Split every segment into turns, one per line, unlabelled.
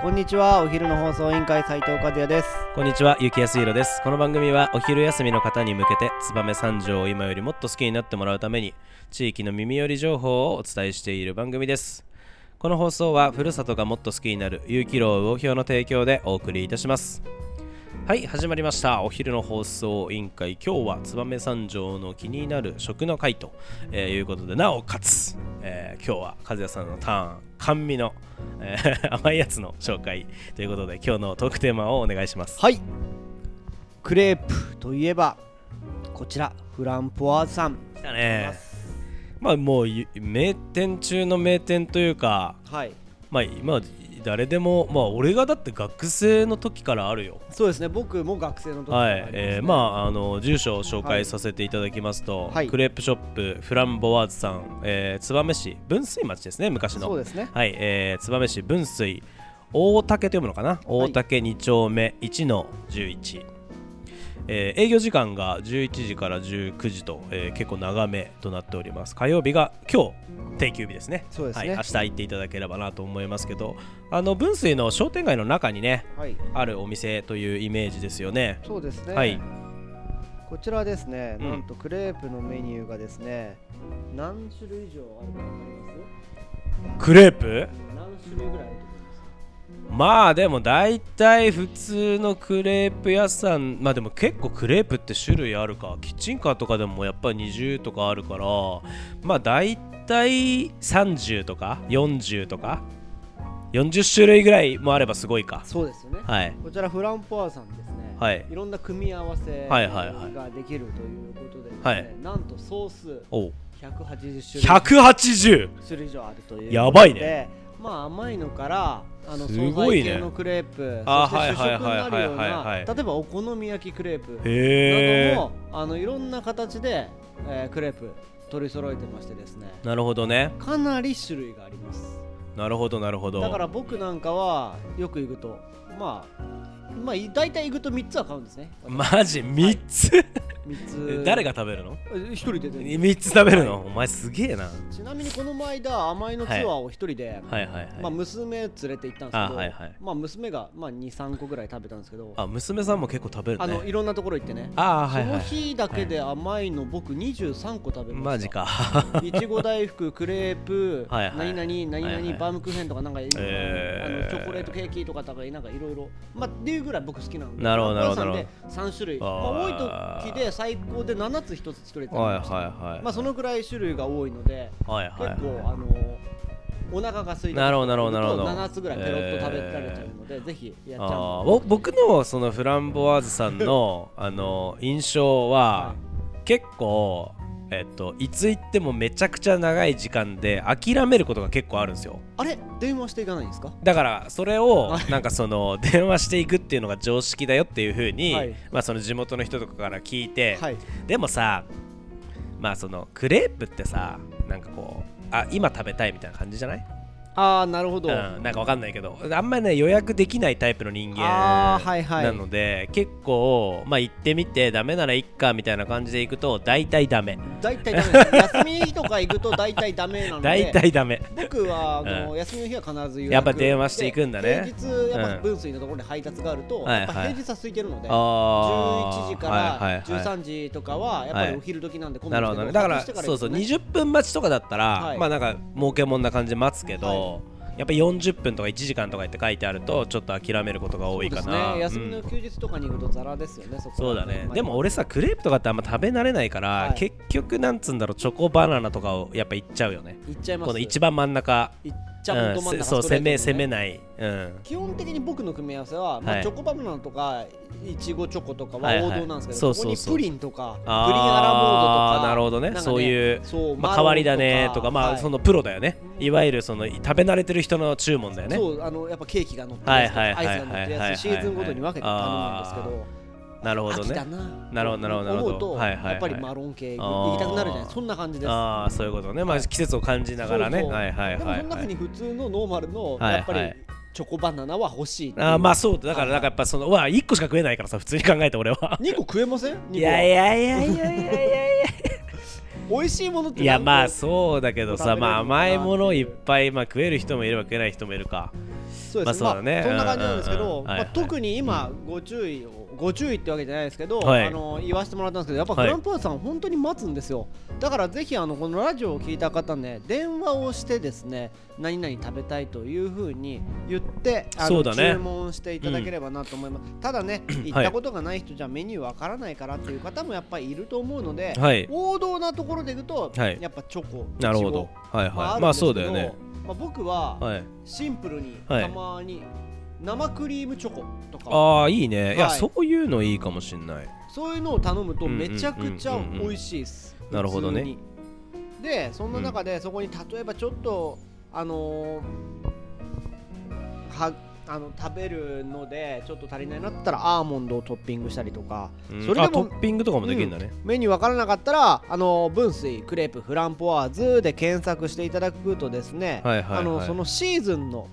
こんにちはお昼の放送委員会斉藤和也です
こんにちは、ゆきやすいろです。この番組はお昼休みの方に向けて、燕三条を今よりもっと好きになってもらうために、地域の耳寄り情報をお伝えしている番組です。この放送は、ふるさとがもっと好きになる、有機楼魚評の提供でお送りいたします。はい、始まりました。お昼の放送委員会。今日は、燕三条の気になる食の会と、えーいうことで、なおかつ、えー今日は、和也さんのターン、甘味の、えー甘いやつの紹介ということで、今日のトークテーマをお願いします。
はいクレープといえばこちらフランポワーズさん
だねまあもうゆ名店中の名店というか
はい
まあ今誰でもまあ俺がだって学生の時からあるよ
そうですね僕も学生の時から
は
あり
い
ま、すね
えーまああの住所を紹介させていただきますと、
はい
クレープショップフランボワーズさん、えー、燕市分水町ですね昔の
そうですね
はい、えー、燕市分水大竹と読むのかな大竹2丁目1の11、えー営業時間が11時から19時と、えー結構長めとなっております火曜日が今日定休日ですね
そうですね
はい、明日行っていただければなと思いますけどあの分水の商店街の中にね
はい
あるお店というイメージですよね
そうですね
はい
こちらですね、
うん
なんとクレープのメニューがですね何種類以上あるか分かります
クレープ
何種類ぐらいあると思います
まあでも大体普通のクレープ屋さんまあでも結構クレープって種類あるかキッチンカーとかでもやっぱ20とかあるからまあ大体30とか40とか40種類ぐらいもあればすごいか
そうですよね、
はい
こちらフランポワーさんですね、
はい
ろんな組み合わせ
はいはいはい
ができるということでですね、
はい
なんと総数
おう
180種類
180
種類以上あるということで
やばいね
まあ甘いのからあの
すご
惣
いね
菜系のクレープ
あ
そして主
はい
食に
はいはい
なるよう
はいはいは
な例えばお好み焼きクレープな
へえ
どもあのいろんな形で、えークレープ取り揃えてましてですね
なるほどね
かなり種類があります
なるほどなるほど
だから僕なんかはよく行くとまあまあい大体行くと3つは買うんですね
マジ3つ
3つ
誰が食べるの
え一人でね
?3 つ食べるのお前すげえな
ちなみにこの間甘いのツアーを一人で、
はいはい
まあ、
はい
娘連れて行ったんですけど
あはいはい
まあ、娘が、まあ、23個ぐらい食べたんですけどあ、
あ娘さんも結構食べるね
のいろんなところ行ってね
ああはいはい
その日だけで甘いの僕23個食べました
マジか
いちご大福 クレープ
はいはい
何々
は
何
いはい
々バームクーヘンとかなんかいろいろ
え
あのチ
ー
ョコレートケーキとかとかなんかいろいろまあっていうぐらい僕好きなので
なるほどなるほど
パン屋
な
さ
る
んで3種類
あ
まあ
ー
多い時で最高で7つ1つ作れたり
はい
ま
はい
した
はい
まあそのくらい種類が多いので
はい
結構
はい
あのお腹が空いて
なるほどなるほどなるほど
7つぐらいペロッと食べられちゃうのでぜひやっちゃ
あー
う
ぼ僕のそのフランボワーズさんの あの印象は
は
結構えっといつ行ってもめちゃくちゃ長い時間で諦めることが結構あるんですよ
あれ電話していかないんですか
だからそれをなんかその 電話していくっていうのが常識だよっていうふう
はい
にまあその地元の人とかから聞いて
はい
でもさまあそのクレープってさなんかこうあ今食べたいみたいな感じじゃない
ああなるほど
うん、なんかわかんないけどあんまりね予約できないタイプの人
あー
間
はいはい
なので結構まあ行ってみてダメならいっかみたいな感じで行くと大体ダメ
大体ダメ です休みとか行くと大体ダメなので
大体ダメ
僕はあの、
う
休みの日は必ず予約
やっぱ電話していくんだね
で平日やっ
う
ぱ
ん
分水のところで配達があると、
はいはい
やっぱ平日は空いてるので、
あ
11
ー
時か
はいは
ら
いはい
13時とかはやっぱりお昼時なんで、
なるほどねだからそうそう20分待ちとかだったら、
はい
まあなんか儲けもんな感じで待つけど、やっぱ40分とか1時間とかって書いてあるとちょっと諦めることが多いかな
ね、休み
う
の
ん
休日とかに行くとザラですよね、そこ
そうだねでも俺さクレープとかってあんま食べ慣れないから、
はい
結局なんつうんだろうチョコバナナとかをやっぱ行っちゃうよね
行っちゃいます
この一番真ん中
行っちゃう、
うん
ほんと真ん中
せそう
ストレート
攻
の
め
ね
攻めない、うん、
基本的に僕の組み合わせは、ま
は
あ、
い
チョコバナナとかいちごチョコとかは
はいはい
王道なんですけ
そ
ど、
う
そ
そうそう
こにプリンとかプリン
あ
アラモ
ー
ードとか
なるほどね
なんか
そういう
そうマ
まあ
ロン
変わりだねとかまあ、
はい
そのプロだよねいわゆるその食べ慣れてる人の注文だよね
そうあのやっぱケーキが乗ってるやつとか
はいはい
ア
は
イ
いは
ス
い
が乗ってるやつシーズンごとに分けて頼むんですけど
なるほど
飽きた
ね
な
なるほどなるほどなるほど
思うと、
はいはいはい
やっぱりマロン系
あー
行きたくなるじゃないそんな感じです
ああそういうことねまあ季節を感じながらねはいはい
でも
は
そ
い
の
は
中に
い
普通のノーマルの
はいはい
やっぱりチョコバナナは欲しいっていう
あーまあそうだから
は
なんかやっぱそのうわ1個しか食えないからさ普通に考えて俺 は
2個食えません
い
2個
や
はい
やいやいやいやいやいや
美味しいものって
いや
なんか
まあそうだけど
食
さ
べれるのかな
まあ甘いものを
って
い
い
っ
う
ぱいまあ食える人もいれば食えない人もいるか
そうですね、
ま
まあ
あそうだね
そんな感じなんですけ
うんうんう
ど、
ん
ま
はい
あ
はい
特に今ご注意をご注意ってわけじゃないですけど、
はい
あの言わせてもらったんですけど、やっぱ
は
グ
い
ランパーさん本当に待つんですよ。だからぜひあのこのラジオを聞いた方ね、電話をしてですね、何々食べたいというふうに言って、あ
そう
の
だね
注文していただければなと思います。ただね、行ったことがない人じゃメニューわからないからっていう方もやっぱりいると思うので、
はい
王道なところでいくと、
はい
やっぱチョコ、
なるほ
イチゴ
ど。はい
まああ
はい
る
ま
ん
あ
ですけ
そう
ど
だよね
まあ、僕は、
はい
シンプルに
はい
たまに生クリームチョコとか
ああいいねいや
はい
そういうのいいかもしんない
そういうのを頼むと
うんうんう
め
んうん
ちゃくちゃ美味しいです
なるほどね
普通にでそんな中でそこに例えばちょっとあのーはあの食べるのでちょっと足りないなって言ったらアーモンドをトッピングしたりとか、
うん
それ
あ
で
ト
も
ッピングとかもできるんだね
メニュー分からなかったらあの分水クレープフランポワーズで検索していただくとですね、
はいはいはい
あのそのシーズンの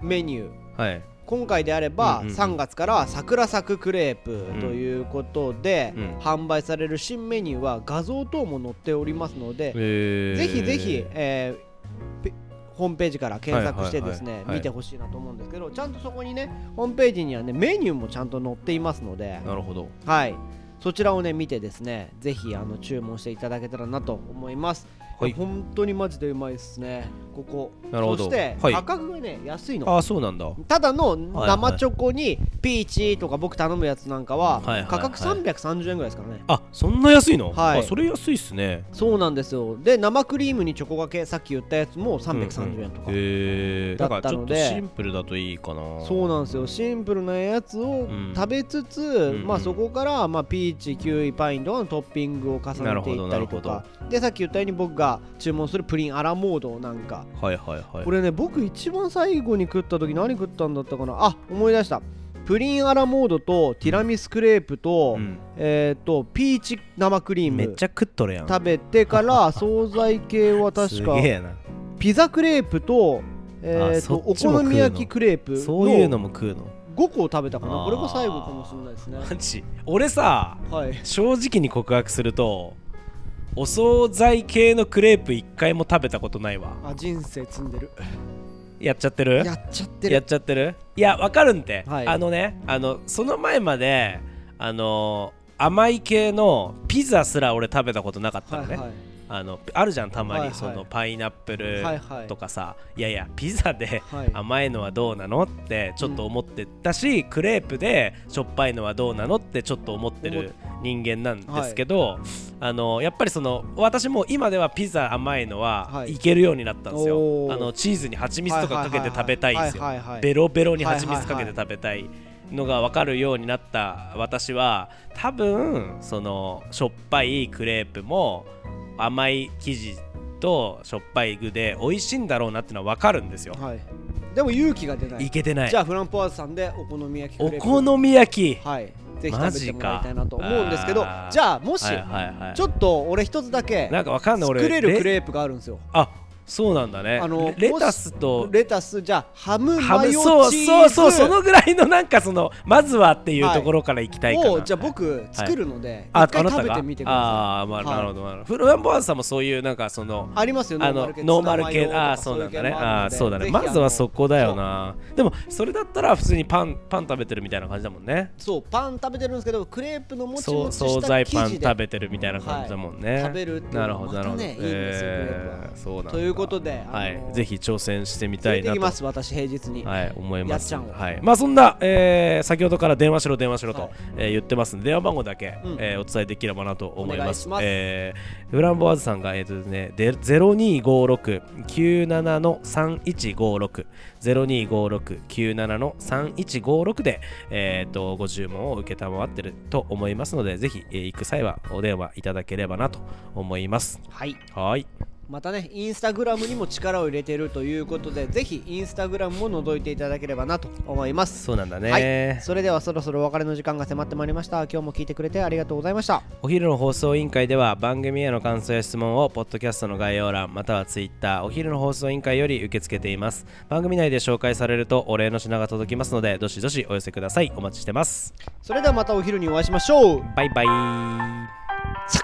メニュー
はい
今回であれば
うんうんうん
3月から桜咲くクレープということで
うん
販売される新メニューは画像等も載っておりますので
えー
ぜひぜひえーペホームページから検索してです
はいはい
ね
はいはい
見てほしいなと思うんですけどちゃんとそこにねホームページにはねメニューもちゃんと載っていますので
なるほど
はいそちらをね見てですねぜひあの注文していただけたらなと思います
はい
本当にマジでうまいですねここ
なるほ
そ
ど
して
はい
価格がね安いの
ああそうなんだ
ただの
はい
生チョコにピーチとか僕頼むやつなんかは
はいはいはい
価格330円ぐらいですからね
あそんな安いの
はい
あそれ安いっすね
そうなんですよで生クリームにチョコがけさっき言ったやつも330円とか、
うんうんへえ
だ
だから
った
ちょっ
の
と
で
シンプルだといいかな
そうなんですよシンプルなやつを
ん
食べつつ、
ん
まあ、そこから、まあ、ピーチキウイパインとかのトッピングを重ねていったりと
なる
かでさっき言ったように僕が注文するプリンアラモードなんか
はいはいはい
これね僕一番最後に食った時何食ったんだったかなあ思い出したプリンアラモードとティラミスクレープと、
うん
えっ、とピーチ生クリー
めっ
ム
ちゃ食っとるやん
食べてから 惣菜系は確か
すげえな
ピザクレープと,、えー、と
そっ
お
ちも食うの
好み焼きクレープ
そういうの
の
も食うの
5個を食べたかな
あー
これが最後かもしれないですね
マジ俺さ
はい
正直に告白するとお惣菜系のクレープ一回も食べたことないわ
あ人生積んでる
やっちゃってる
やっちゃって
やっ
る
ちゃってるいやわかるんて、
はい
あのねあのその前まであの甘い系のピザすら俺食べたことなかった
は
の
い
ね、
はい
あのあるじゃんたまに、
はいはい
そのパイナップル
はいはい
とかさ、いやいやピザで
はい
甘いのはどうなのってちょっと思ってたし、クレープでしょっぱいのはどうなのってちょっと思ってる人間なんですけど、あのやっぱりその私も今ではピザ甘いのは
はい
いけるようになったんですよ、
おー
あのチーズに蜂蜜とかかけて食べたいんですよ
はいはいはいはいはいはい
ベロベロに蜂蜜かけて食べたいのが分かるようになった私は多分そのしょっぱいクレープも甘い生地としょっぱい具で美味しいんだろうなってのは分かるんですよ、、
はいでも勇気が出ないい
けてない
じゃあフランポワーズさんでお好み焼きク
お
レープ
好み焼き
はいぜひ
マ
食べ
ジ
て
か
もらいたいなと思うんですけど
あー
じゃあもし、
はいはいはい
ちょっと俺一つだけ
なんかわかんない俺
作れる
レ
クレープがあるんですよ
あそうなんだね
あの
レレタスと
レタスじゃあハム
ハ
マ
ム
ヨチーズ
そうそうそうそのぐらいのなんかそのまずはっていうところからいきたいかな、
をじゃあ僕作るので、
あ
一回
あなた
食
が
べてみてください
あー、ま
は
あ、
い
なるほどなるほどフルワンボワーズさんもそういうなんかその
ありますよ
あのノーマル系
ツナマヨとか
ああーそうなんだね
い系も
あ
る
あ
の
ー
で
そう
ぜ
だね
ひ
まずは
あの
そこだよなでもそれだったら普通にパンパン食べてるみたいな感じだもんね
そうパン食べてるんですけどクレープのもち
そ
も
う
ちし
惣
た
菜
生地
パン
で
食べてるみたいな感じだもんね、
はい食べるっていうの
なるほどな
ま
る
た
ほど、
ねいいんですよ
え
グレープは
ーそうなんだ
ということであの
はい、ぜひ挑戦してみた
連れ
い
て
な
き
と
ます私平日に、
はい、思います。
やっちゃんを
はい、まあそんな、えー先ほどから電話しろ電話しろと、
はい
えー言ってますんで電話番号だけ、
うん
えーお伝えできればなと思い
お願
ま
い
す。
します
えーフランボワーズさんがえっ、とですね、で025697の3156 025697の3156でえっ、とご注文を受けたまわってると思いますので、ぜひ、えー行く際はお電話いただければなと思います。
はい
はい。
またねインスタグラムにも力を入れてるということでぜひインスタグラムも覗いていただければなと思います
そうなんだね。
はい、それではそろそろお別れの時間が迫ってまいりました今日も聞いてくれてありがとうございました
お昼の放送委員会では番組への感想や質問をポッドキャストの概要欄またはツイッターお昼の放送委員会より受け付けています番組内で紹介されるとお礼の品が届きますのでどしどしお寄せくださいお待ちしてます
それではまたお昼にお会いしましょう
バイバイ
さ